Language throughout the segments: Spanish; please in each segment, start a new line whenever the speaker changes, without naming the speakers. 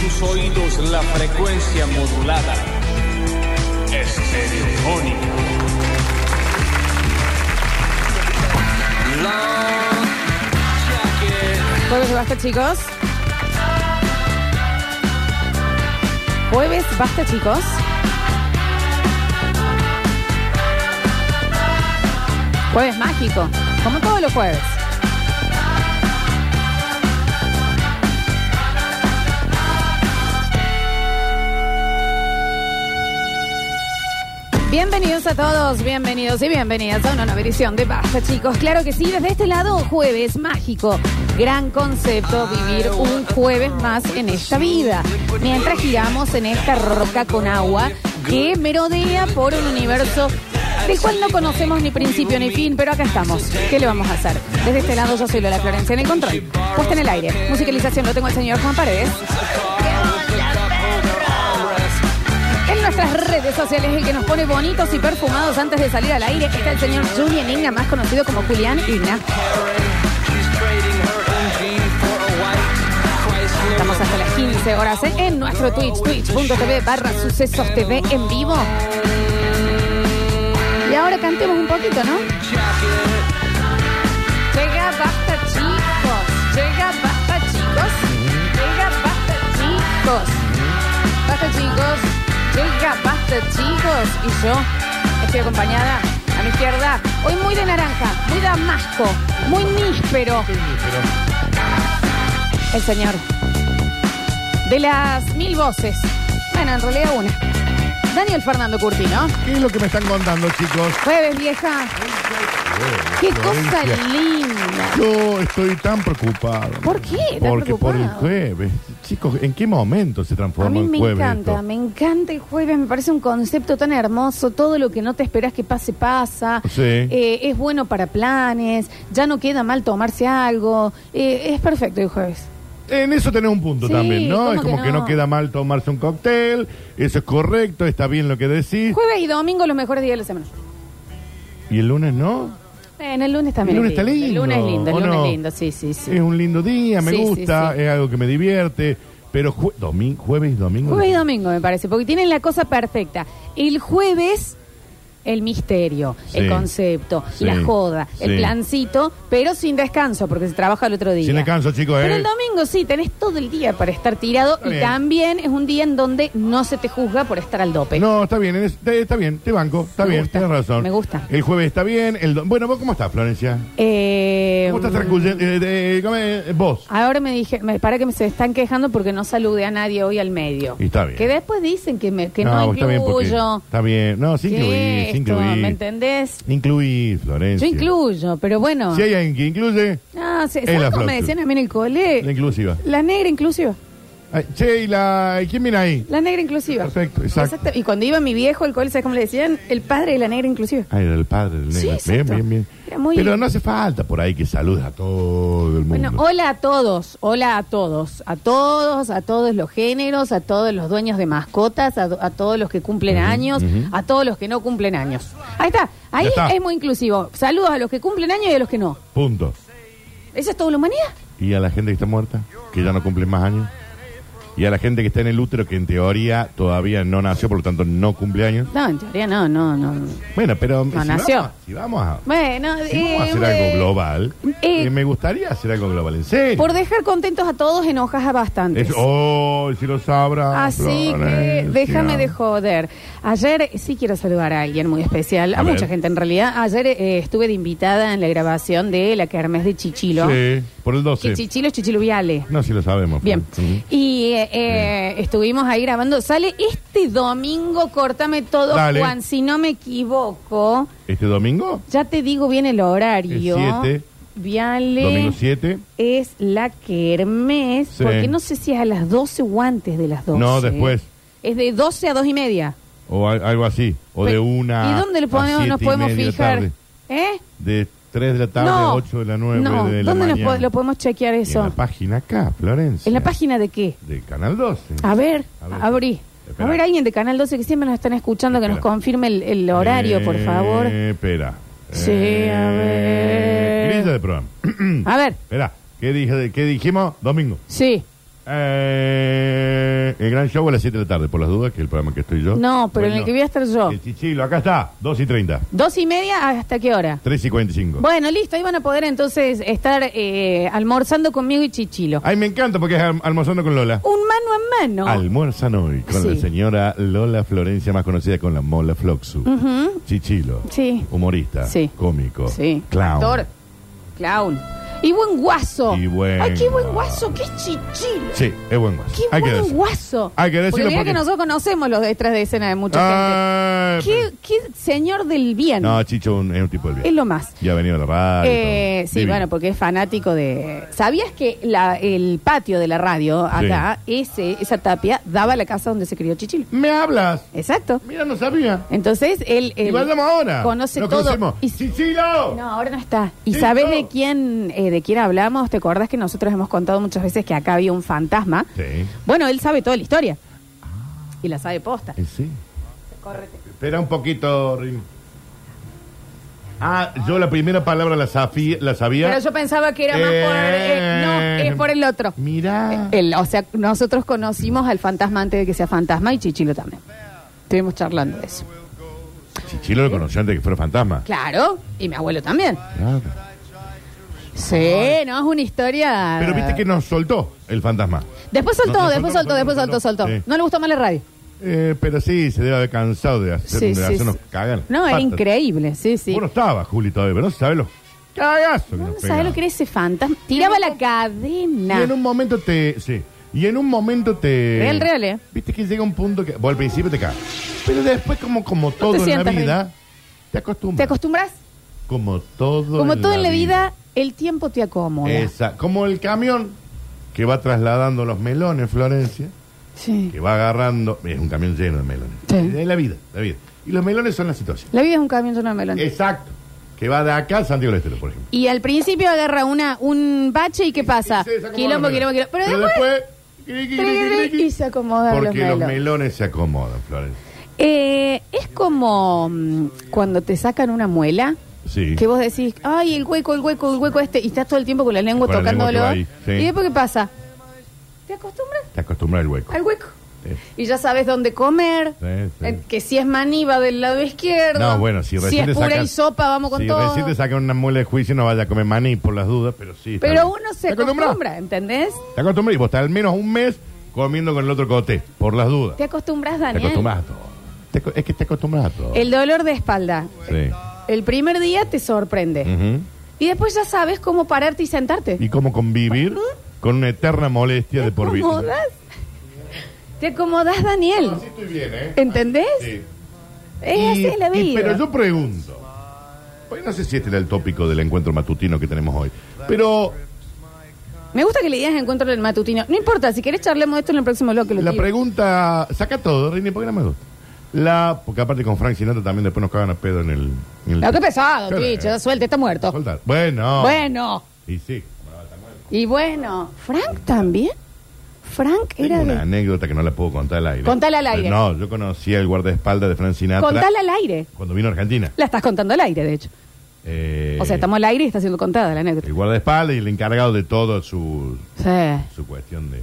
tus oídos la frecuencia modulada. Estereofónica.
¿Todo lo que basta, chicos? Jueves, basta, chicos. Jueves mágico, como todos los jueves. Bienvenidos a todos, bienvenidos y bienvenidas a una nueva edición de Basta, chicos. Claro que sí, desde este lado, jueves mágico. Gran concepto vivir un jueves más en esta vida. Mientras giramos en esta roca con agua que merodea por un universo del cual no conocemos ni principio ni fin, pero acá estamos. ¿Qué le vamos a hacer? Desde este lado yo soy Lola Florencia en el control. Puesta en el aire. Musicalización lo tengo el señor Juan Paredes. En nuestras redes sociales, el que nos pone bonitos y perfumados antes de salir al aire, está el señor Julian Igna, más conocido como Julián Igna. Estamos hasta las 15 horas ¿eh? en nuestro Twitch, twitch.tv barra sucesos TV en vivo. Y ahora cantemos un poquito, ¿no? Llega basta chicos, llega basta chicos, llega basta chicos, basta chicos, llega basta chicos. Y yo estoy acompañada a mi izquierda, hoy muy de naranja, muy damasco, muy níspero. El señor. De las mil voces. Bueno, en realidad una. Daniel Fernando Curtino.
¿Qué es lo que me están contando, chicos?
Jueves, vieja. Qué cosa linda.
Yo estoy tan preocupado.
¿Por qué tan
Porque por el
preocupado?
jueves. Chicos, ¿en qué momento se
A
transforma
mí
el
me
jueves?
encanta,
esto?
me encanta el jueves, me parece un concepto tan hermoso, todo lo que no te esperas que pase pasa,
Sí.
Eh, es bueno para planes, ya no queda mal tomarse algo, Eh, es perfecto el jueves.
En eso tenés un punto
Sí,
también, ¿no?
¿cómo
Es como
que
que no?
no?
queda mal tomarse un cóctel, eso es correcto, está bien lo que decís.
Jueves y domingo los mejores días de la semana.
¿Y el lunes no?
En el lunes también.
El
es
lunes está
El lunes es
lindo,
lindo, el
¿o
lunes
no?
es lindo, sí, sí, sí.
Es un lindo día, me
Sí, sí,
gusta,
sí.
es algo que me divierte. Pero jue- domi- jueves y domingo.
Jueves y domingo, me parece, porque tienen la cosa perfecta. El jueves, el misterio,
Sí.
el concepto,
Sí.
la joda, el
Sí.
plancito, pero sin descanso, porque se trabaja el otro día.
Sin descanso, chicos,
Pero
¿eh?
el domingo sí, tenés todo el día para estar tirado
Está
y
bien.
también es un día en donde no se te juzga por estar al dope.
No, está bien, es- te- está bien, te banco, está
Me
bien,
gusta,
tienes razón.
me gusta.
El jueves está bien, el do- bueno, ¿vos cómo estás, Florencia?
Eh,
¿Cómo estás transcurriendo? Eh, eh, ¿cómo es? vos.
Ahora me dije, me, para que me se están quejando porque no saludé a nadie hoy al medio.
Y está bien.
Que después dicen que, me, que no,
Ah, vos
incluyo.
está bien porque- está bien. No, sin
¿Qué
incluir, sin
esto? ¿Me
incluir.
entendés?
Incluir,
Yo
Florencia.
incluyo, pero bueno.
Si hay alguien que incluye,
No, se-
Es
¿sabes
la
cómo me
flauta.
decían a mí en el cole?
la inclusiva.
La negra inclusiva.
Ay, che, ¿y la... ¿y quién viene ahí?
La negra inclusiva.
Perfecto, exacto.
Y cuando iba mi viejo al cole, ¿sabes cómo le decían? El padre de la negra inclusiva.
Ah, era el padre del
Sí,
negro. bien,
exacto.
bien, bien.
Era muy-
Pero no hace falta por ahí que saludes a todo el mundo.
Bueno, hola a todos, hola a todos, a todos, a todos los géneros, a todos los dueños de mascotas, a, a todos los que cumplen años, a todos los que no cumplen años. Ahí está, ahí
Ya está.
es muy inclusivo. Saludos a los que cumplen años y a los que no.
Punto.
¿Eso es toda la humanidad?
Y a la gente que está muerta, que ya no cumple más años. Y a la gente que está en el útero, que en teoría todavía no nació, por lo tanto no cumple años.
No, en teoría no, no, no.
Bueno, pero si
nació.
Vamos, si vamos a,
Bueno,
si vamos a
eh,
hacer
eh,
algo global,
eh,
eh, me gustaría hacer algo global, en serio.
Por dejar contentos a todos enojas a bastantes.
Es- oh, si lo sabrá.
Así que
Florencia.
déjame de joder. Ayer sí quiero saludar a alguien muy especial, a,
A ver.
mucha gente en realidad. Ayer eh, estuve de invitada en la grabación de la Kermés de Chichilo.
Sí, por el 12.
Que Chichilo es Chichilo Viale.
No, si lo sabemos. mm.
Bien.
Ujú.
Y eh, eh, estuvimos ahí grabando. Sale este domingo, córtame todo,
Dale.
Juan, si no me equivoco.
¿Este domingo?
Ya te digo bien el horario.
El siete.
Viale.
Domingo 7.
es la Kermés,
Sí.
porque no sé si es a las 12 o antes de las 12.
No, después.
Es de 12 a 2 y media.
O al- algo así. O de
Pero-
una.
¿Y dónde le
a
podemos,
siete
nos
y
podemos
media de la
fijar?
tarde.
¿Eh?
De 3 de la tarde a 8 de la 9
no.
de la
¿Dónde nos
mañana.
po- lo podemos chequear eso?
En la página acá, Florencia.
página Ah, de qué?
Del Canal 12.
A ver,
A ver.
abrí.
Espera.
A ver, alguien de Canal 12 que siempre nos están escuchando, que nos
Espera.
confirme el, el horario, por
Eh,
favor.
Espera.
Sí,
Eh,
a ver.
Grilla de programa.
A ver,
Espera, ¿qué, dije, ¿qué dijimos? Domingo.
sí.
Eh, el gran show a las 7 de la tarde, por las dudas, que el programa que estoy yo.
No, pero en el que voy a estar yo.
El chichilo, acá está, 2 y 30,
¿Dos y media hasta qué hora?
3 y 45.
Bueno, listo, ahí van a poder entonces estar eh, almorzando conmigo y Chichilo.
Ay, me encanta porque es alm- almorzando con Lola.
Un mano a mano.
Almuerzan hoy con
Sí.
la señora Lola Florencia, más conocida con la Mola Floxu. Chichilo.
Sí.
Humorista.
Sí.
Cómico.
Sí.
Clown.
Actor. Clown. Y buen guaso.
Y buen
Ay, qué buen
guaso.
guaso, qué chichilo.
Sí, es buen guaso.
Qué
Hay que
buen
decirlo.
guaso.
Hay que decirlo
Porque mira
porque-
que nosotros conocemos los detrás de escena de mucha
Ay,
gente. ¿Qué, qué señor del bien.
No, Chicho un- es un tipo de
es
bien.
lo más.
Ya ha venido a la radio.
Eh,
todo.
sí,
Divino.
bueno, porque es fanático de... ¿Sabías que la- el patio de la radio acá, ese, esa tapia, daba a la casa donde se crió Chichilo?
Me hablas.
Exacto.
Mira, no sabía.
Entonces, él...
y
él
vayamos ahora.
Conoce
Nos
todo.
conocemos.
Y-
¡Chichilo!
No, ahora no está. ¿Y
Sí,
sabes
no.
de quién eh, de quién hablamos? ¿Te acordás que nosotros hemos contado muchas veces que acá había un fantasma?
Sí. Ah.
Bueno, él sabe toda la historia. Y la sabe posta.
Eh, sí. Espera un poquito, Rini. Ah, yo la primera palabra la, safi- la sabía.
Pero yo pensaba que era más por... eh, no, es por el otro. Eh,
Mirá.
El- o sea, nosotros conocimos al fantasma antes de que sea fantasma y Chichilo también. Estuvimos charlando de eso. eh.
Chichilo lo conoció antes de que fuera fantasma.
Claro, y mi abuelo también.
Claro.
Sí, no, es una historia...
Pero viste que nos soltó el fantasma.
Después soltó,
No, no,
después soltó,
soltó,
después
soltó,
soltó,
soltó.
soltó.
Sí.
No le gustó más la radio.
Eh, pero sí, se debe haber cansado de hacer, de hacernos cagar.
No, era
Patas.
increíble, sí, sí.
Vos no estabas, Juli, todavía, pero no sabes los cagazos que
No
nos
sabés lo
pegaba.
que era ese fantasma. Tiraba la cadena.
Y en un momento te. Sí. Y en un momento te.
Real, real, ¿eh?
Viste que llega un punto que. Vos al principio te cagas. Pero después, como, como todo en la
sientas,
vida, te
¿Te
acostumbras.
acostumbras?
como todo
Como todo en la vida, el tiempo te acomoda.
Esa- como el camión que va trasladando los melones, Florencia,
Sí.
que va agarrando. Es un camión lleno de melones.
Sí.
Es la vida, la vida. Y los melones son la situación.
La vida es un camión lleno de melones.
Exacto. Que va de acá a Santiago del Estero, por ejemplo.
Y al principio agarra una, un bache y ¿qué pasa?
Y se desacomodan
Quilombo,
los
quilombo,
melones.
quilombo. Pero después...
criqui, criqui,
tri,
criqui.
Y se acomodan los
Porque los
melones.
melones se acomodan, Florencia.
Eh, es como mm, cuando te sacan una muela.
Sí.
Que vos decís, ay, el hueco, el hueco, el hueco este, y estás todo el tiempo con la lengua
Con la lengua que
tocándolo.
va ahí, sí.
¿Y después qué pasa? ¿Te acostumbras
Te acostumbras al hueco.
al hueco?
Sí.
Y ya sabes dónde comer.
Sí, sí.
eh, Que si es maní va del lado izquierdo.
No, bueno, si recién
es
te
pura
sacan-
y sopa, vamos con
si
todo.
recién te sacan una muela de juicio, no vaya a comer maní por las dudas, pero sí. está
Pero
bien.
uno se
¿Te acostumbras?
acostumbra, ¿entendés?
Te acostumbras y vos estás al menos un mes comiendo con el otro cote, por las dudas.
Te acostumbras,
Te
Daniel.
acostumbras a todo. Te aco- es que te acostumbras a todo.
El dolor de espalda.
Sí.
El primer día te sorprende.
Ujú.
Y después ya sabes cómo pararte y sentarte.
Mm. Y cómo convivir con una eterna molestia de por
¿Te
vida.
acomodas? Te acomodas, Daniel.
Sí, estoy bien, ¿eh?
¿Entendés?
Sí.
Es
Y-
así la vida.
y- pero yo pregunto, pues no sé si este era el tópico del encuentro matutino que tenemos hoy, pero
Me gusta que le digas encuentro en el matutino. No importa, si querés charlemos de esto en el próximo bloque. Lo
la
tiro.
pregunta, saca todo, Rini, porque no me gusta. La, porque aparte con Frank Sinatra también después nos cagan a pedo en el... en el-
No, qué pesado,
Claro,
picho.
eh,
Suelte, está muerto.
soldado. Bueno.
Bueno.
Y sí.
Y bueno, Frank también. Frank
Tengo
era
una
de...
anécdota que no la puedo contar al aire.
Contala al aire.
Pero No, yo conocí al guardaespaldas de Frank Sinatra
Contala al aire.
cuando vino a Argentina.
La estás contando al aire, de hecho.
Eh,
O sea, estamos al aire y está siendo contada la anécdota.
El guardaespaldas y el encargado de todo su,
Sí.
su cuestión de...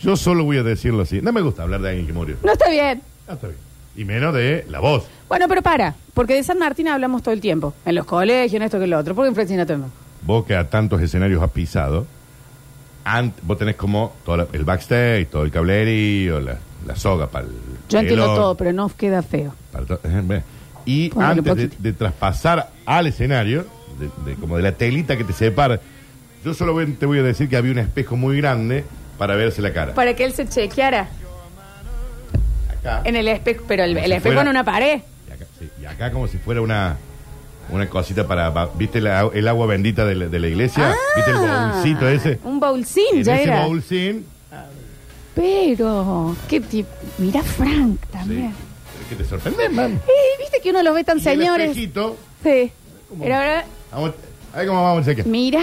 Yo solo voy a decirlo así. No me gusta hablar de alguien que murió.
No está bien.
Ah, está bien. Y menos de la voz.
Bueno, pero para. Porque de San Martín hablamos todo el tiempo. En los colegios, en esto que en lo otro. Porque en Frank Sinatra no.
Vos que a tantos escenarios has pisado, ant- vos tenés como todo la- el backstage, todo el cablerío, la, la soga para el.
Yo entiendo todo, pero no queda feo.
eh, y
Ponele
antes de,
poquito.
de traspasar al escenario, de- de- como de la telita que te separa, yo solo voy- te voy a decir que había un espejo muy grande para verse la cara.
Para que él se chequeara
Acá.
en el espejo. Pero el,
Como
el
si
espejo
fuera-
en una pared.
Y acá, sí, y acá como si fuera una una cosita para, pa- viste la- el agua bendita de la, de la iglesia, viste el
Ah,
bolsito ese.
Un bolsín,
En
ya
ese
era.
bolsín,
Pero, qué tipo. Mira Frank
sí,
también.
es que te sorprende, man.
Eh, Viste que uno los ve tan
Y el
señores.
espejito,
Sí. Pero ahora,
vamos, a ver cómo vamos a hacer que-
mirá.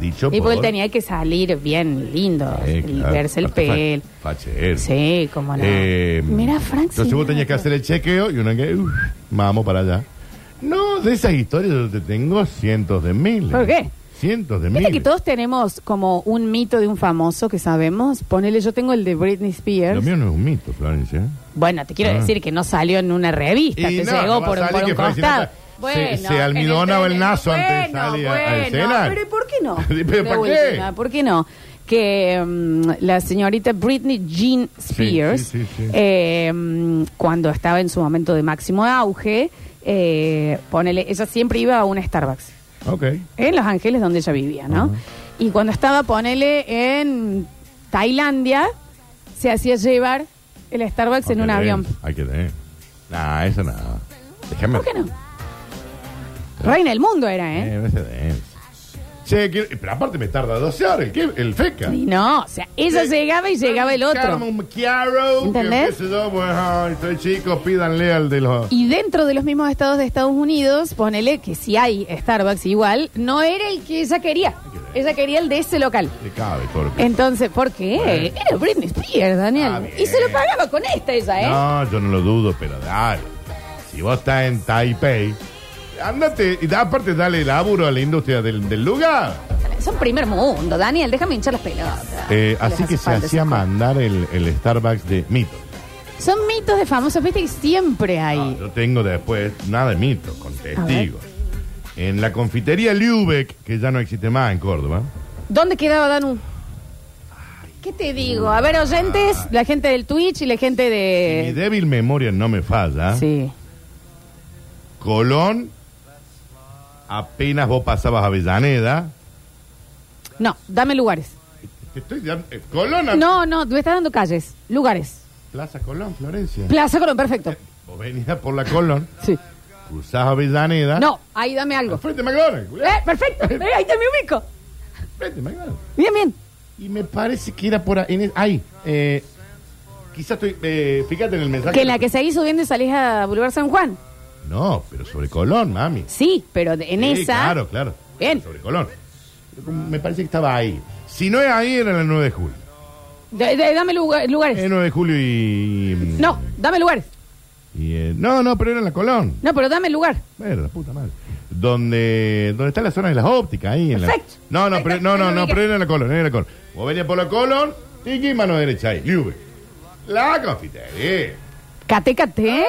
Dicho
Y
por-
porque él tenía que salir bien lindo,
Eh,
y
claro,
verse el
aparte fa-
pelo.
Fachero.
Sí, como no.
Eh,
Mirá, Frank.
Entonces vos
Sinatra.
tenías que hacer el chequeo y una que, uff, vamos para allá. No, de esas historias yo te tengo cientos de miles.
¿Por qué?
Cientos de
Viste que
miles.
todos tenemos como un mito de un famoso que sabemos. Ponele, yo tengo el de Britney
Lo
Spears.
mío no es un mito, Florencia.
Bueno, te quiero
Ah.
decir que no salió en una revista,
Y
te
no,
llegó
no va
por,
a salir
por un
que Florencia
costado.
no está- se- se almidonaba
en
el naso antes de salir a- a escenar.
Pero ¿y por qué no?
¿Pero
De
para qué?
última, ¿Por qué no? Que mm, la señorita Britney Jean Spears,
sí, sí, sí.
eh, mm, cuando estaba en su momento de máximo auge, eh, ponele, ella siempre iba a una Starbucks
Ok.
en Los Ángeles donde ella vivía, ¿no?
Ajá.
Y cuando estaba, ponele, en Tailandia, se hacía llevar el Starbucks en
Hay
un
que
avión.
tener, Hay que tener. Nah, eso nada. Déjame.
¿Por qué no? Reina del mundo era, ¿eh?
Eh, no se den. Che, que- pero aparte me tarda 12 horas el, que- el feca.
Y no, o sea, ella
Sí.
llegaba y llegaba el otro.
Eh. Carmen Chiaro, que
¿Entendés?
qué sé yo, pues, ay, estoy chico, pídanle al de los...
Y dentro de los mismos estados de Estados Unidos, ponele que si hay Starbucks igual, no era el que ella quería. Ella quería el de ese local.
Le cabe, torpe.
Entonces, ¿por qué?
Bueno.
Era Britney Spears,
Ah,
Daniel.
bien.
Y se lo pagaba con esta ella, ¿eh?
No, yo no lo dudo, pero dale. Si vos estás en Taipei, andate y da- aparte dale laburo a la industria del, del lugar.
Son primer mundo, Daniel, déjame hinchar las pelotas.
Eh,
No les
así
hace
que se
falta
hacía
esas cosas.
mandar el, el Starbucks de mito.
Son mitos de famosos, viste que siempre hay.
No, Ah, yo tengo después nada de mito, con
ver.
testigos. En la confitería Lübeck, que ya no existe más en Córdoba,
¿Dónde quedaba Danu? ¿Qué te digo? A ver, oyentes, la gente del Twitch y la gente
si mi
de.
débil memoria no me
Eh.
falla,
Sí.
Colón, apenas vos pasabas a Avellaneda.
No, dame lugares.
Te estoy dando- eh, Colón, a-
No, no, me estás dando calles. Lugares.
Plaza Colón, Florencia.
Plaza Colón, perfecto.
Vos venías por la Colón,
Sí.
cruzás Avellaneda.
No, ahí dame algo.
Frente a McDonald's, culiao.
Eh, perfecto. eh, ahí te me ubico.
Frente a McDonald's.
Bien, bien.
Y me parece que era por ahí. en el- ahí, eh, quizás estoy. eh, fíjate en el mensaje.
Que en la que seguís subiendo y salís a Boulevard San Juan.
No, pero sobre Colón, mami.
Sí, pero de- en
Sí,
esa.
Claro, claro.
Bien.
Sobre Colón. Pero como Me parece que estaba ahí. Si no es ahí, era la 9 de julio.
de- de- dame lugar- lugares.
Es 9 de julio y.
No, dame lugares.
y, eh, no, no, pero era en la Colón.
No, pero dame lugar.
Bueno, la puta madre. Donde, donde está la zona de las ópticas, ahí en la.
Perfecto.
No, no, pero,
Perfecto,
no, no,
me
no,
ubiqué.
pero era en la Colón, era en la Colón. Vos venías por la Colón, y mano derecha ahí, Liube. La confitería.
Catecate. ¿Eh?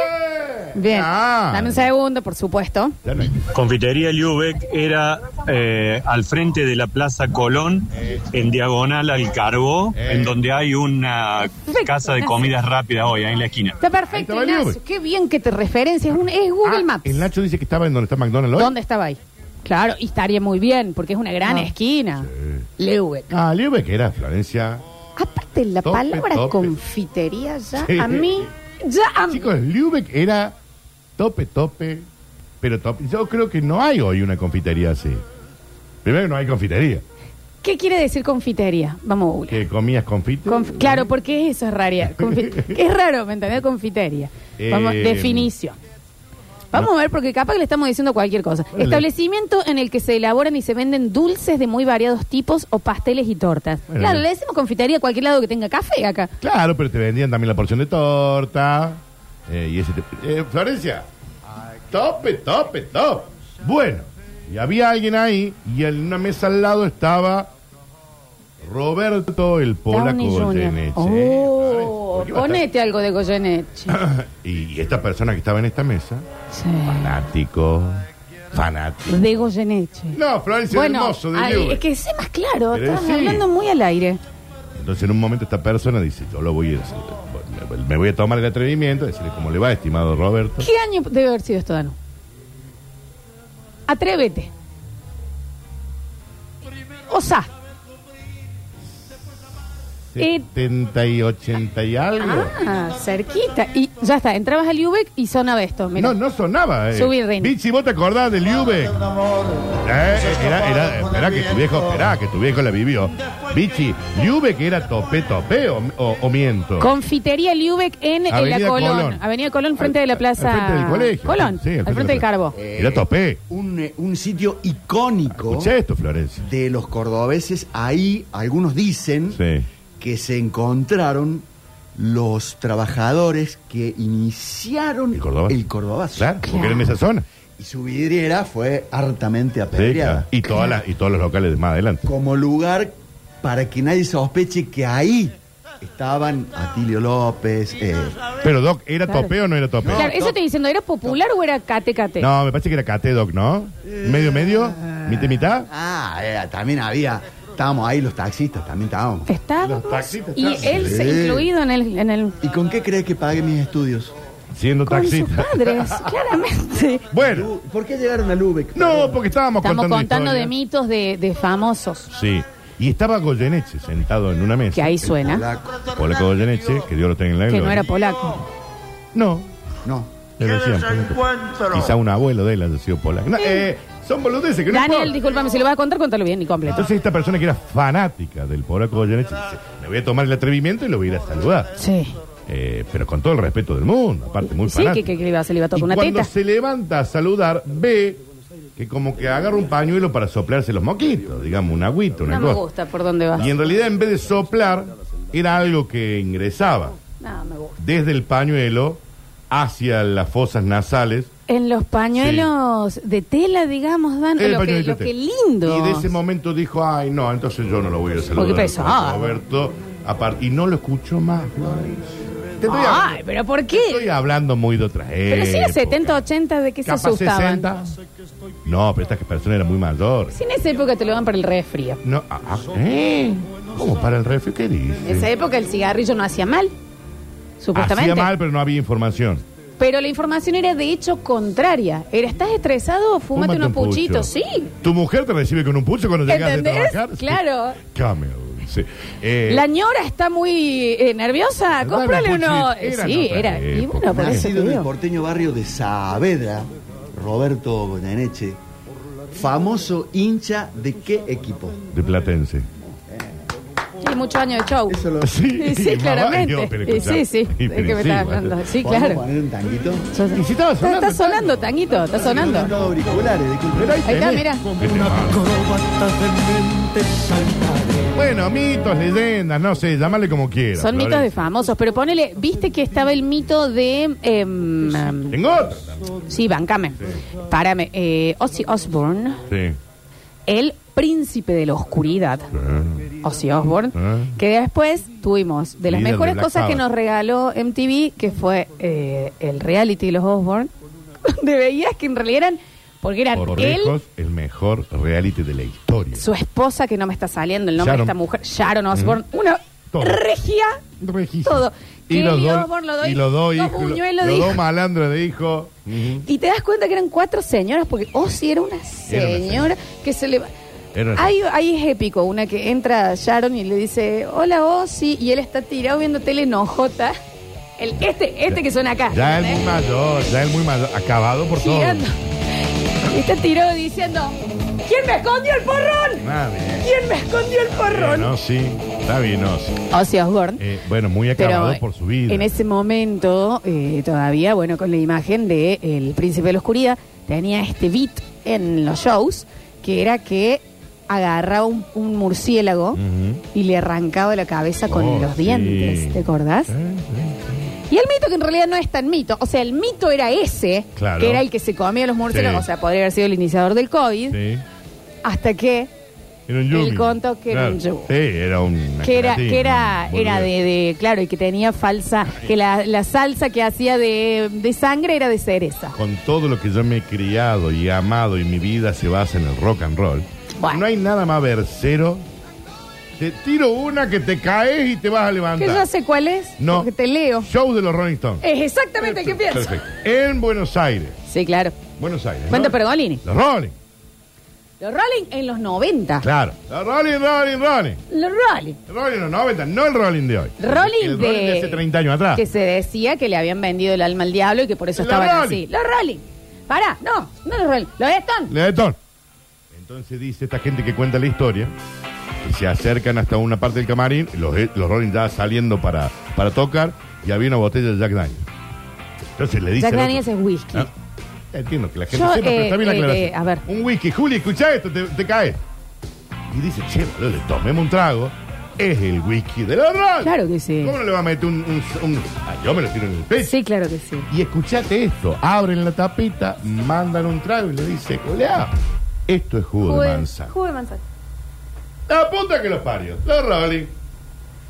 Bien.
Ah.
Dame un segundo, por supuesto.
Ya no hay-
Confitería Lübeck era eh, al frente de la Plaza Colón, en diagonal al Carbo,
Eh.
en donde hay una
Perfecto,
casa de
gracias.
comidas rápidas hoy, ahí en la esquina.
Está
Ahí
perfecto,
estaba el
Ignacio.
Uber.
Qué bien que te referencias. Es, un- es Google
Ah,
Maps.
El Nacho dice que estaba en donde está McDonald's hoy.
¿Dónde estaba ahí? Claro, y estaría muy bien, porque es una gran esquina. Leubeck.
Ah, Liube, que era Florencia.
Aparte, la
Tope,
palabra
tope.
confitería ya
Sí.
a mí... Ya a mí...
Chicos, Lübeck era tope, tope, pero tope. Yo creo que no hay hoy una confitería así. Primero que no hay confitería.
¿Qué quiere decir confitería? Vamos a Google.
Que comías confites.
Conf- claro, porque eso es raria. Confi- es raro, ¿me entendés? Confitería. Vamos,
Eh,
definición. Vamos a ver, porque capaz que le estamos diciendo cualquier cosa.
Ponele.
Establecimiento en el que se elaboran y se venden dulces de muy variados tipos o pasteles y tortas.
Bueno.
Claro, le decimos confitería a cualquier lado que tenga café acá.
Claro, pero te vendían también la porción de torta. eh, y ese te- eh, Florencia, tope, tope, top. Bueno, y había alguien ahí y en una mesa al lado estaba Roberto el Polaco
Downey Jr.
Goyeneche.
Oh,
¿Por qué va a estar-
ponete algo de Goyeneche.
Y esta persona que estaba en esta mesa,
Sí.
fanático, fanático.
De Goyeneche.
No, Florencia,
Bueno,
hermoso, de
ay,
Newell.
es que sé más claro,
Pero
estás
sí.
hablando muy al aire.
Entonces en un momento esta persona dice, yo lo voy a decir, me- me voy a tomar el atrevimiento, de decirle cómo le va, estimado Roberto.
¿Qué año debe haber sido esto, Danu? Atrévete. Osa. Eh,
70 y 80 y algo.
Ah, cerquita. Y ya está, entrabas al Ubeck y sonaba esto. Mira.
no, no sonaba. Eh.
Subí, Rini.
Bichi, ¿vos te acordás del Liubeck? Eh, era, era, esperá que tu viejo, esperá que tu viejo la vivió. Bichi, Liubeck era tope, tope o, o- o miento.
Confitería Liubeck en, en la
Avenida
Colón.
Colón.
Avenida Colón, frente de la
Al-
plaza.
Al frente del colegio.
Colón,
Sí,
al frente, del Carbo.
Eh, Era tope.
un, eh, un sitio icónico
Escuché esto, Florencia.
de los cordobeses. Ahí algunos dicen
Sí.
que se encontraron los trabajadores que iniciaron
El Córdoba.
el cordobazo.
Claro, porque era en esa zona.
y su vidriera fue hartamente
Sí, claro.
apedreada.
y, todas las, y todos los locales de más adelante.
Como lugar para que nadie sospeche que ahí estaban Atilio López. eh,
Pero Doc, ¿era
Claro.
tope o no era tope?
Claro, este. eso te diciendo, ¿era popular o era cate cate?
No, me parece que era Cate Doc, ¿no?
Eh,
Medio, medio, mitad, mitad.
ah, eh, también había. Estábamos ahí los taxistas, también estábamos.
Estábamos.
Los taxistas
Y
estaban.
él se
Sí.
incluido en el. En el
¿Y con qué crees que pagué mis estudios?
Siendo
con sus
taxista.
padres, claramente.
Bueno,
¿Por qué llegaron a Lübeck?
no, porque estábamos,
Estamos
contando,
contando de
historias.
mitos de, de famosos.
Sí. Y estaba Goyeneche sentado en una mesa.
Que ahí suena.
Polaco.
Polaco Goyeneche, que Dios lo tenga en la
Que no
gloria.
era polaco.
No,
No.
le decían polaco. Quizá un abuelo de él haya sido polaco. No, eh, son boludeces que no
Daniel,
importa.
discúlpame, si lo vas a contar, contalo bien y completo.
Entonces esta persona que era fanática del polaco Goyeneche dice, me voy a tomar el atrevimiento y lo voy a ir a saludar.
Sí.
Eh, pero con todo el respeto del mundo, aparte muy
Sí,
fanático.
que, que, que le iba a hacer, le iba a
Y
tocar una
cuando
teta.
se levanta a saludar, ve que como que agarra un pañuelo para soplarse los moquitos, digamos, un agüita, una
No me
cosa.
gusta por dónde va.
Y en realidad, en vez de soplar, era algo que ingresaba
No, me gusta.
desde el pañuelo hacia las fosas nasales.
En los pañuelos de tela, digamos, Dan,
El
lo, que,
pañuelito
lo
este.
que lindo.
Y de ese momento dijo, ay, no, entonces yo no lo voy a saludar.
Porque pesado.
Roberto, aparte, y no lo escuchó más, Florencia. Te estoy,
Ay,
hablando,
pero ¿por
estoy
qué?
hablando muy de otra
Pero si era
época.
70, 80, ¿de qué se
Capaz
asustaban?
60. No, pero esta persona era muy mayor.
Si en esa época te lo dan para el refri.
No, ah, ah, ¿eh? ¿Cómo para el refri? ¿Qué
En esa
dice?
época el cigarrillo no hacía mal, supuestamente.
Hacía mal, pero no había información.
Pero la información era de hecho contraria. Era, ¿estás estresado? Fúmate, unos puchitos,
pucho.
sí.
Tu mujer te recibe con un pucho cuando llegas de
¿Entendés?
trabajar. Sí.
Claro.
Camel, sí. Eh,
La ñora está muy eh, nerviosa,
Dale
cómprale
un
uno.
puchito. Era eh,
sí,
otra
era. Y
época.
bueno, por eso
Nacido
te
en el
digo.
porteño barrio de Saavedra, Roberto Goyeneche, famoso hincha de qué equipo?
De Platense.
Y muchos años de show.
Eso lo
Sí, sí,
mamá,
claramente.
yo, pero
Sí,
escuchá.
sí, sí.
Y,
Es
pero
que me
sí,
estás
bueno.
hablando. Sí,
¿Podemos
claro.
poner un tanguito?
Y si estaba
Está,
sonando.
está sonando, Tanguito, está sonando.
Los auriculares, disculpe.
Pero ahí
Ahí está,
tenés.
mira.
Qué tema. Bueno, mitos, leyendas, no sé, llámale como quieras.
Son mitos de
Florencia.
famosos, pero ponele, viste que estaba el mito de... em, em,
Tengo otra también.
sí, bancame. Párame. Eh, Ozzy Osbourne,
Sí.
el príncipe de la oscuridad.
Sí.
Ozzy Osbourne,
Ah.
que después tuvimos de las
Líder de
mejores
Black
cosas que
Sabbath.
nos regaló MTV, que fue eh, el reality de los Osbourne, donde veías que en realidad eran, porque eran
Por
él,
lejos, el mejor reality de la historia.
su esposa, que no me está saliendo el nombre
Sharon.
de esta mujer, Sharon Osbourne, una
Todo.
regia,
Regísimo.
todo.
Y
Kelly
los dos,
Osbourne lo doy,
y los dos hijos,
dos
lo-
buñuelos de
los dos
hijo.
malandros de hijos.
Y te das cuenta que eran cuatro señoras, porque Ozzy era una
Era una
señora que se le... va-
Era una
Ahí, ahí es épico, una que entra Sharon y le dice, hola Ozzy, y él está tirado viendo tele enojota. El, este, este que suena acá.
Ya el muy
¿entendés?
mayor, ya el muy mayor, acabado por todo.
Girando. Y está tirado diciendo, ¿quién me escondió el porrón?
Madre.
¿Quién me escondió el porrón?
No, sí, está bien, no, sí.
Ozzy Osbourne.
Eh, bueno, muy acabado
Pero
por su vida.
en ese momento, eh, todavía, bueno, con la imagen de El Príncipe de la Oscuridad, tenía este beat en los shows, que era que agarraba un, un murciélago
Ujú.
y le arrancaba la cabeza con
Mm. Oh,
los
sí.
dientes, ¿te acordás?
Sí, sí.
Y el mito que en realidad no es tan mito, o sea, el mito era ese,
Claro.
que era el que se comía los murciélagos,
Sí.
o sea, podría haber sido el iniciador del COVID,
Sí.
hasta que
Era un
Él
yumi.
contó que era un yumi.
Sí, era un.
que era que era era de, de- claro y que tenía falsa que la, la salsa que hacía de, de sangre era de cereza
Con todo lo que yo me he criado y amado y mi vida se basa en el rock and roll.
Bueno.
No hay nada más versero. Te tiro una que te caes y te vas a
que
levantar.
yo sé cuál es
No.
porque te leo
Show de los Rolling Stones.
es exactamente el que pienso
Perfecto. En Buenos Aires.
sí claro
Buenos Aires. ¿no?
cuenta Pergolini
Los Rolling.
los Rolling en los 90
Claro. Los Rolling, Rolling, Rolling.
los Rolling
Rolling en los 90, no el Rolling de hoy.
Rolling
el
de,
Rolling de hace 30 años atrás.
Que se decía que le habían vendido el alma al diablo y que por eso
Los
estaban
Rolling.
así. Los Rolling. Pará, no, no los Rolling. Los Stones.
Le deton. Entonces dice esta gente que cuenta la historia, que se acercan hasta una parte del camarín, los, los Rolling ya saliendo para, para tocar, y había una botella de Jack Daniels. Entonces le dice.
Jack
al otro-
Daniels es whisky.
Ah, Entiendo que la gente
Yo,
sepa, pero
eh,
está bien la
eh,
aclaración.
eh, a ver.
Un whisky, Juli, escucha esto, te, te cae. Y dice, che, boludo, le tomemos un trago. Es el whisky de los Rolling.
Claro que sí.
¿Cómo no le va a meter un. un- un- ay, Yo me lo tiro en el pecho.
Sí, claro que sí.
Y escuchate esto, abren la tapita, mandan un trago y le dice, colea, esto es jugo de manzana.
jugo de manzana.
La puta que los parió. La Rolly.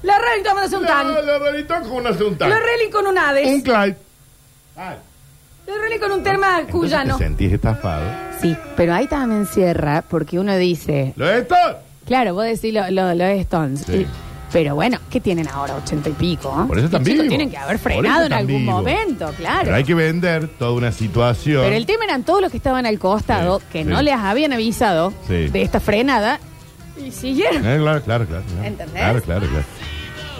La Relin tomándose un tan.
La, la Rolly toca una sultana.
La Relin con un
Un
Hades.
Clyde. Ay.
La Relin con un terma
Entonces
cuyano.
Te sentís estafado.
Sí, pero ahí también cierra porque uno dice,
¿Lo es todo?
claro, vos decís lo, lo, lo de Stones.
Sí.
y- pero bueno, ¿qué tienen ahora? Ochenta y pico. ¿eh?
Por eso están
Los chicos
vivos.
Tienen que haber
Por eso
frenado en
están
algún
vivos.
momento, claro.
Pero hay que vender toda una situación.
Pero el tema eran todos los que estaban al costado,
Sí,
que
sí.
no les habían avisado
Sí.
de esta frenada, y siguieron.
Eh, claro, claro, claro. claro.
¿Entendés?
Claro, claro, claro.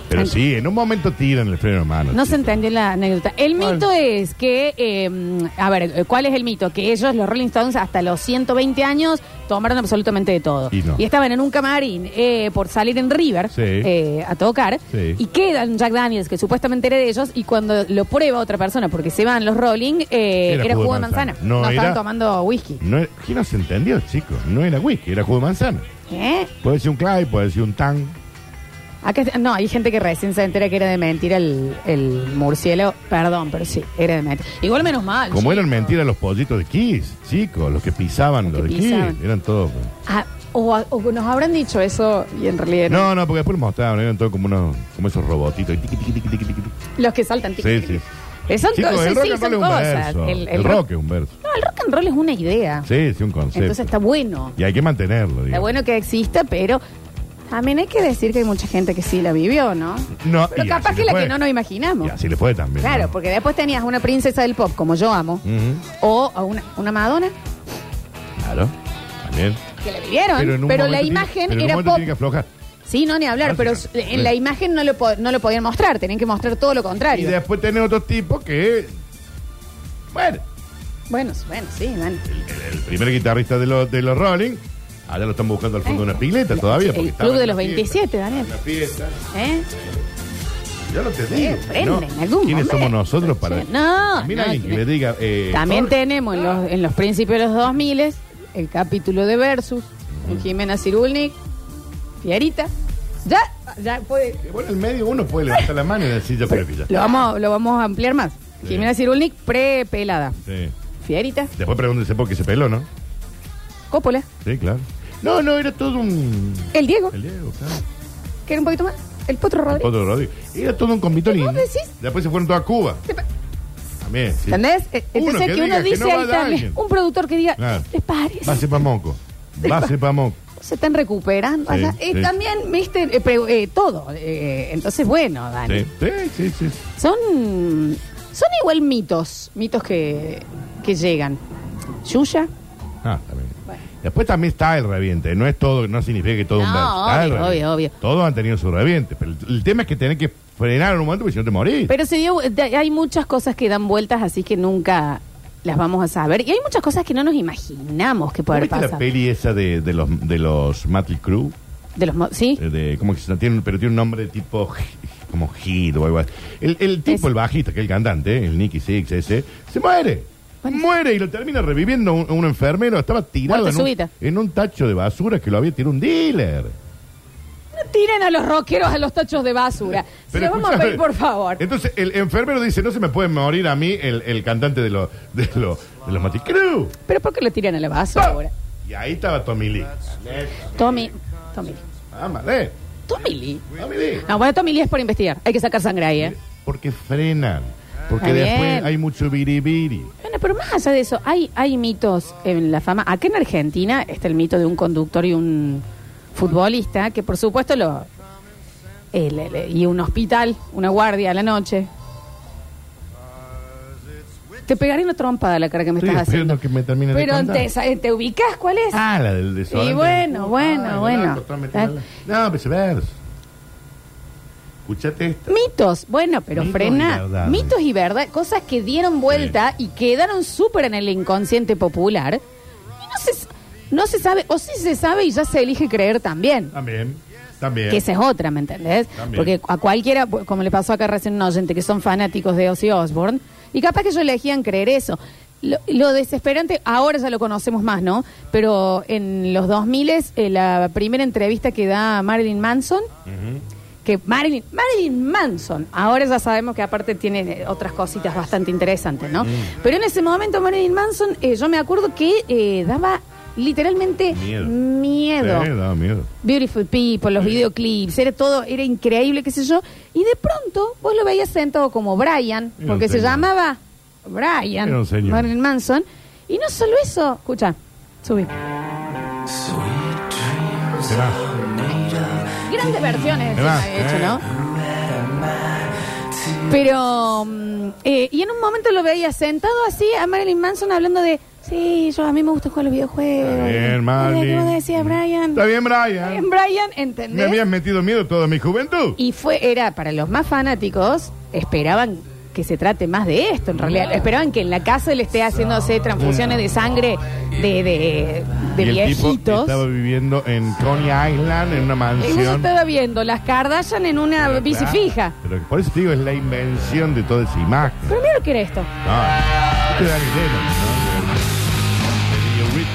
Pero sí, en un momento tiran el freno de mano.
No se
chicos.
entendió la anécdota. El
¿Cuál?
mito es que, eh, a ver, ¿cuál es el mito? Que ellos, los Rolling Stones, hasta los 120 años, tomaron absolutamente de todo.
Y no.
estaban en un camarín eh, por salir en River
Sí.
eh, a tocar.
Sí.
Y quedan Jack Daniels, que supuestamente era de ellos, y cuando lo prueba otra persona, porque se van los Rolling, eh,
Era
era, jugo de manzana.
No
estaban
era-
tomando whisky.
No, ¿Quién no se entendió, chicos? No era whisky, era jugo de manzana.
¿Eh?
Puede ser un Clyde, puede ser un Tang.
Acá está- no, hay gente que recién se entera que era de mentira el, el murciélago. Perdón, pero sí, era de mentira. Igual menos mal.
Como eran
chico.
mentiras los pollitos de Kiss, chicos, los que pisaban los,
Los que
de
pisaban.
Kiss, eran todos.
Ah, o, o nos habrán dicho eso y en realidad no.
No, no, porque después los mostraban, eran todos como unos, como esos robotitos. y tiqui, tiqui, tiqui, tiqui, tiqui.
los que saltan.
Sí, sí.
Eh, son
Chicos,
cosas,
el
sí,
rock and
son
roll es un
cosas.
verso.
El- el
El
rock-
rock es un verso.
No, el rock and roll es una idea.
Sí, sí, un concepto.
Entonces está bueno.
Y hay que mantenerlo,
Está
digamos.
bueno que exista, pero también hay que decir que hay mucha gente que sí la vivió, ¿no?
No,
Pero
y
capaz
así
que
le
la
fue.
que no nos imaginamos.
Y así le fue Mm. también.
Claro,
¿no?
porque después tenías una princesa del pop, como yo amo,
Ujú,
o a una, una Madonna,
Claro, también.
que la vivieron, pero,
en un
la
momento tiene-
imagen
pero en un
era
momento
pop.
tiene que aflojar.
Sí, no, ni hablar,
No,
pero
sí, claro.
en la imagen no lo, po- no lo podían mostrar, tenían que mostrar todo lo
Y
contrario.
después tenés otro tipo que. Bueno,
Bueno, bueno, sí, Dani.
el, el- el primer guitarrista de los, de los Rolling. Ahora lo están buscando al fondo de una pileta
Eh,
todavía.
el
porque
club
estaba
de
en
los
la fiesta.
27, Daniel.
En la fiesta.
¿Eh?
Yo no te digo.
prenden
¿no?
Eh, en algún
¿Quiénes
momento,
somos nosotros para.?
che, no,
Mira
no,
alguien que
no.
le diga. eh,
También
Jorge,
tenemos en los, en los principios de los 2000 el capítulo de Versus, con Jimena Cirulnik, Fierita. Ya, ya puede.
que, Bueno, en el medio uno puede levantar la mano y decir yo prefiero.
Lo vamos, lo vamos a ampliar más.
Sí.
Jimena Cirulnik, pre-pelada.
Sí.
Fierita,
Después pregúntense por qué se peló, ¿no?
Coppola,
Sí, claro. No, no, era todo un.
el Diego,
El Diego, claro.
que era un poquito más, el Potro
El
Rodríguez.
Potro Rodríguez. Era todo un convitorín.
¿Vos decís?
Después se fueron todos a Cuba. También. sí.
¿Entendés? Eh,
Uno
Entonces
que
que uno
diga que
dice
no va a
ahí
dar
también,
alguien.
un productor que diga,
Claro.
¿les parece?
Base pa' moco. Base pa' moco.
se están recuperando.
Sí,
allá. Eh,
sí.
También, viste, eh, pero, eh, todo. Eh, entonces, bueno, Dani.
Sí, sí, sí. sí.
Son, son igual mitos, mitos que, que llegan. Yuya,
Ah, también.
Bueno.
Después también está el reviente. No es todo, no significa que todo
No,
un verso. Está el
obvio,
reviente.
obvio, obvio.
Todos han tenido su reviente. Pero el, el tema es que tenés que frenar en un momento porque si no te morís.
pero se dio, de- hay muchas cosas que dan vueltas, así que nunca las vamos a saber. Y hay muchas cosas que no nos imaginamos que
¿Vos
poder
viste la
pasar.
peli esa de, de los de los Motley Crue?
De los, mo- ¿Sí?
Eh, de- ¿Cómo que se tiene? un- Pero tiene un nombre de tipo G- como Hit o algo así. El, el tipo,
Es-
el bajista, que es el cantante, el Nicky Six ese, se muere. Muere y lo termina reviviendo un, un enfermero. Estaba tirado
Muerte
en un,
súbita.
en un tacho de basura que lo había tirado un dealer.
No tiren a los rockeros a los tachos de basura. Se lo vamos a
escuchame.
pedir, por favor.
Entonces el enfermero dice, no se me puede morir a mí el, el cantante de los de los de los Motley Crue".
¿Pero por qué lo tiran a la basura ahora?
Y ahí estaba Tommy Lee.
Tommy, Tommy,
Vamos, eh,
Tommy Lee.
Tommy Lee.
No, bueno, Tommy Lee es por investigar. Hay que sacar sangre ahí, ¿eh?
Porque frenan. Porque
Está bien.
después hay mucho biribiri.
Bueno, pero más allá de eso, hay, hay mitos en la fama. Acá en Argentina está el mito de un conductor y un futbolista, que por supuesto lo... el- el- y un hospital, una guardia a la noche. Te pegaré una trompada a la cara que me
Estoy
estás
esperando
haciendo.
que me termine de
pero
contar.
te, sa- te ubicas cuál es.
Ah, la del desodorante.
Y bueno, bueno,
Ah, el
bueno.
narco, está metido en la- No, pues verso. Escuchate esta.
Mitos, bueno, pero
Mitos y
frena.
verdades.
mitos y verdad, cosas que dieron vuelta y quedaron súper en el inconsciente popular. Y no se, no se sabe, o sí se sabe y ya se elige creer también.
También. También.
Que esa es otra, ¿me entendés?
También.
Porque a cualquiera, como le pasó acá recién a un oyente, que son fanáticos de Ozzy Osbourne, y capaz que ellos elegían creer eso. Lo, lo desesperante, ahora ya lo conocemos más, ¿no? Pero en los 2000, eh, la primera entrevista que da Marilyn Manson,
Ujú.
que Marilyn, Marilyn Manson, ahora ya sabemos que aparte tiene eh, otras cositas bastante interesantes, ¿no?
Mm.
Pero en ese momento Marilyn Manson, eh, yo me acuerdo que eh, daba literalmente
Miedo.
miedo.
Sí, da miedo.
Beautiful People, los videoclips, era todo, era increíble, qué sé yo. Y de pronto vos lo veías sentado como Brian,
Era
porque
un
se
señor.
llamaba Brian,
Era un señor.
Marilyn Manson. Y no solo eso, escucha, subí.
Se va.
Grandes versiones
Ahí va,
encima, de hecho,
eh.
¿no? Pero, mm, eh, y en un momento lo veía sentado así a Marilyn Manson hablando de, sí, yo a mí me gusta jugar a los videojuegos.
Está bien,
Ay, ¿Qué
Marilyn.
vos decías, Brian?
Está bien,
Está bien,
Brian.
Brian,
Me
¿entendés?
habías metido miedo toda mi juventud.
Y fue, era para los más fanáticos, esperaban que se trate más de esto, en realidad. Esperaban que en la casa le esté haciéndose transfusiones de sangre de, de, de
y el tipo
viejitos.
estaba viviendo en Coney Island, en una
Y yo
mansión.
estaba viendo las Kardashian en una
Pero,
bici
claro,
fija.
Pero por eso te digo, es la invención de toda esa imagen.
Pero mira lo que era esto.
No, este es Dani Lennon, ¿no? De- de The Eurythmics.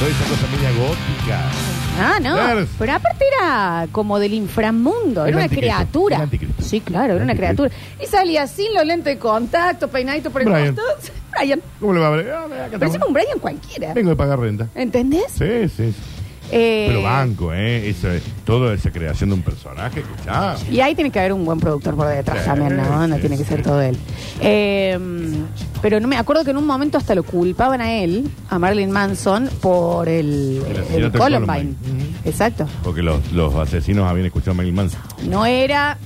Toda esa cosa media gótica.
Ah, no.
Claro.
Pero aparte era como del inframundo. Era,
Era
una
anticristo,
criatura.
era anticristo.
sí, claro, era una
Anticristo.
criatura. Y salía sin los lentes de contacto, peinadito por el
Brian.
costado. Brian.
¿Cómo le va a ver? Ah, mira, acá
Pero
estamos.
encima un Brian cualquiera.
Vengo de pagar renta.
¿Entendés?
Sí, sí. sí.
Eh,
Pero banco, ¿eh? Eso, es- toda esa creación de un personaje que ya.
Y ahí tiene que haber un buen productor por detrás
Sí,
también, ¿no? No
sí,
tiene que
sí.
ser todo él. Eh, pero no me acuerdo que en un momento hasta lo culpaban a él, a Marilyn Manson, por el,
El
el
asesinato de
Columbine.
Columbine.
Exacto.
Porque los, los asesinos habían escuchado a Marilyn Manson.
No era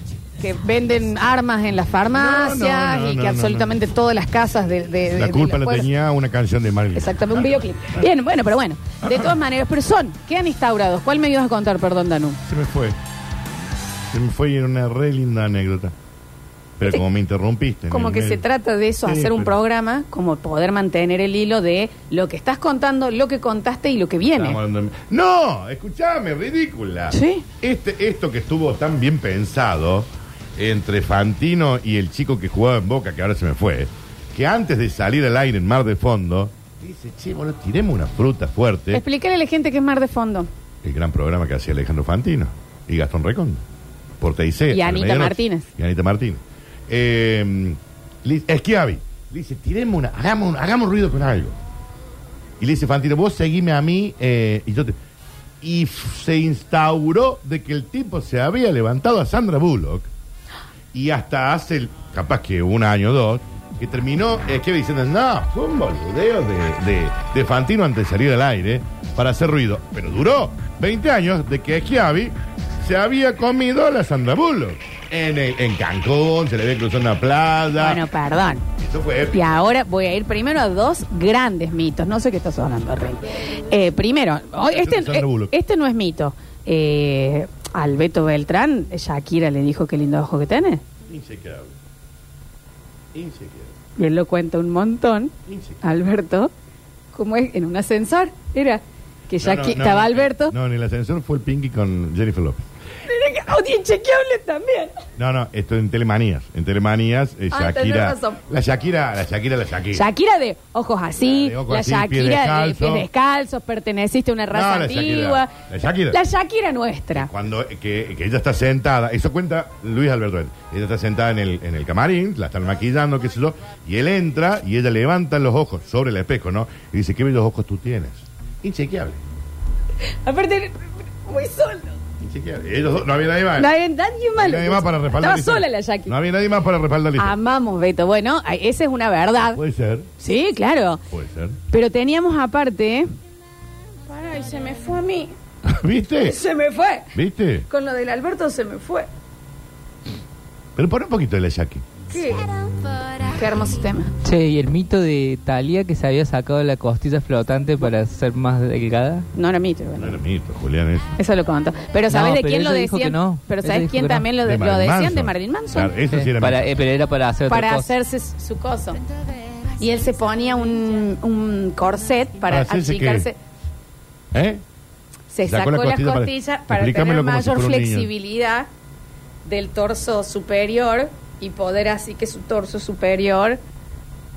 que venden armas en las farmacias
No, no, no,
y que
no, no,
absolutamente todas las casas de... de- de-
La
de
culpa
las
la
pueblos-
tenía una canción de Marilyn.
Eh, Exactamente, un videoclip. Bien, bueno, pero bueno. De todas maneras, pero son, quedan instaurados. ¿Cuál me ibas a contar, perdón, Danú?
Se me fue. Se me fue y era una re linda anécdota. Pero como me interrumpiste. en
Como
el
que se
medio.
trata de eso,
Sí,
hacer un
pero-
programa, como poder mantener el hilo de lo que estás contando, lo que contaste y lo que viene.
Estamos hablando de- No, escúchame, ridícula.
Sí.
Este, esto que estuvo tan bien pensado entre Fantino y el chico que jugaba en Boca, que ahora se me fue, que antes de salir al aire en Mar de Fondo, dice, che, bueno, tiremos una fruta fuerte.
Explícale a la gente que es Mar de Fondo.
el gran programa que hacía Alejandro Fantino y Gastón Recón por TIC.
Y
a la
Anita
medianoche.
Martínez.
Y Anita Martínez. Eh, le- Schiavi le dice, tiremos una, hagamos, un- hagamos ruido con algo. Y le dice Fantino, vos seguime a mí eh, y yo te... Y f- se instauró de que el tipo se había levantado a Sandra Bullock y hasta hace, el- capaz que un año o dos, que terminó Esquiavi diciendo, no, fue un boludeo de, de, de Fantino antes de salir al aire para hacer ruido. Pero duró 20 años de que Esquiavi se había comido a la Sandra Bullock. En, el- en Cancún, se le había cruzado una playa.
Bueno, perdón.
Eso fue
Y
épico.
ahora voy a ir primero a dos grandes mitos. No sé qué estás hablando, Rey. Eh, primero, hoy- este,
Sandra
eh,
Bullock.
este no es mito. Eh, al Beto Beltrán, Shakira le dijo qué lindo ojo que tiene.
Insequeable. Insequeable.
Y él lo cuenta un montón.
Insequeable.
Alberto, como es en un ascensor, era que ya
No, no,
aquí
no,
estaba
no,
Alberto.
No, en el ascensor fue el Pinky con Jennifer López.
Mira que audio inchequeable también.
No, no, esto en Telemanías. En Telemanías, eh,
Ah, tenés
Shakira.
razón.
La Shakira, la Shakira, la Shakira.
Shakira de ojos así,
La de ojos
la
así, pies
Shakira de
descalzos.
pies descalzos, perteneciste a una raza
No, la Shakira,
antigua.
la Shakira.
La Shakira nuestra.
Cuando eh, que, que ella está sentada, eso cuenta Luis Alberto. Ella está sentada en el, en el camarín, la están maquillando, qué sé yo, y él entra y ella levanta los ojos sobre el espejo, ¿no? Y dice, qué bellos ojos tú tienes. Inchequeable,
Aparte, muy solo.
inchequeable. Ellos dos- no había nadie más.
No había nadie más.
No había nadie más para respaldar.
Estaba
la historia.
sola la
No
Shakira.
había nadie más para respaldar. la historia.
Amamos, Beto. Bueno, ay, esa es una verdad.
Puede ser,
Sí, claro.
puede ser.
Pero teníamos aparte. Pará, y se me fue a mí.
¿Viste?
Se me fue.
¿Viste?
Con lo del Alberto se me fue.
Pero pon un poquito de la Shakira.
Qué, hermoso tema.
Che, ¿y el mito de Talía que se había sacado la costilla flotante para ser más delgada?
No era mito, bueno.
No era mito, Julián, eso.
Eso lo contó. Pero
No,
¿sabes de
pero
quién
ella
lo
dijo
decían?
que no.
Pero
Ella
¿sabes
dijo
quién
que no.
también lo, de- lo
Marilyn
decían
Manson.
de Marilyn Manson?
Claro, eso sí,
Eh,
era
para,
mito.
eh, pero era para hacer otra
para
cosa.
hacerse s- su coso. Y él se ponía un, un corset para
¿Para hacerse qué?
achicarse.
¿Eh?
Se sacó,
Sacó la
las
costilla para-
costillas para, tener
Explícamelo como si
mayor
fuera un niño.
flexibilidad del torso superior y poder así que su torso superior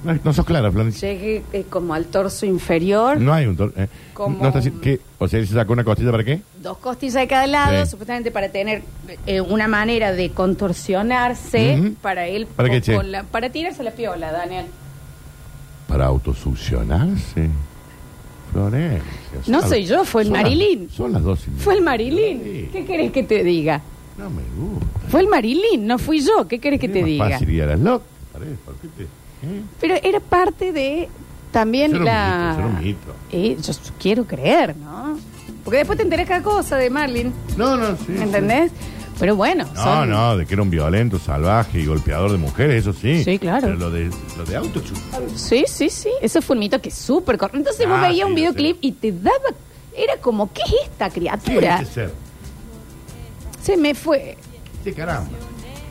No, no sos clara, Florencia.
Llegué eh, como al torso inferior,
No hay un tor- eh,
Como-
no está así- ¿qué? O sea, él se sacó una costilla para qué?
dos costillas de cada lado,
Sí.
supuestamente para tener eh, una manera de contorsionarse
Ujú.
para él.
¿Para qué, che?
con la- para tirarse la piola, Daniel.
Para autosuccionarse. Florencia. son
No
las-
soy yo, fue el
son las-
Marilyn.
son las dos. y media.
Fue el Marilyn.
Sí.
¿Qué querés que te diga?
No me gusta.
Fue el Marilyn, no fui yo. ¿Qué querés que
Es
te
más
diga?
fácil ir a las locas, parece, ¿por qué te- eh?
Pero era parte de también
Eso
la.
era un mito, eso era un mito.
Eh, yo quiero creer, ¿no? Porque después te enterás cada cosa de Marlin,
No, no, sí. sí.
¿entendés? Pero bueno,
No,
son-
no, de que era un violento, salvaje y golpeador de mujeres, eso sí.
Sí, claro.
Pero lo de, lo de autochutar.
Sí, sí, sí. Eso fue un mito que es súper corto. Entonces vos
Ah,
veías
sí,
un
lo
videoclip
sé.
y te daba. Era como, ¿qué es esta
¿Qué es
criatura?
este ser?
Se me fue.
Sí, caramba.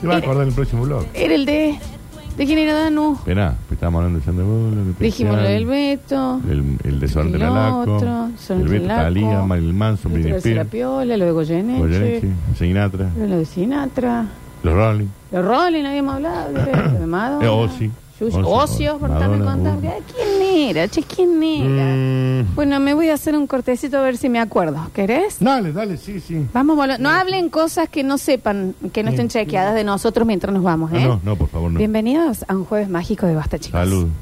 Te vas a acordar en el próximo blog.
Era el de. ¿De quién era Danu?
Esperá, pues estábamos hablando de Sandra Bullock, de
Dijimos lo
Especial,
del Beto.
El, el de Sorante
El
Lalaco,
otro,
el
Sorrento
Beto
Lalaco,
Talía, Marilyn Manson, Britney
Beto de la
Spears,
Piola, lo de
Goyeneche,
Goyeneche.
Sinatra,
Lo de Sinatra.
los Rolling.
Los Rolling habíamos hablado, de, de Madonna.
Eh, Ozzy.
Yuyu-
Ozzy,
Ocios, por tanto,
oh, Madonna,
contar.
Ozzy.
Ay, ¿Quién era? Che, ¿quién era?
Mm,
Bueno, me voy a hacer un cortecito a ver si me acuerdo. ¿Querés?
dale, dale, sí, sí.
Vamos, boludo. No hablen cosas que no sepan, que no estén chequeadas de nosotros mientras nos vamos, ¿eh?
Ah, No, no, por favor, no.
Bienvenidos a un jueves mágico de Basta, chicos.
Salud.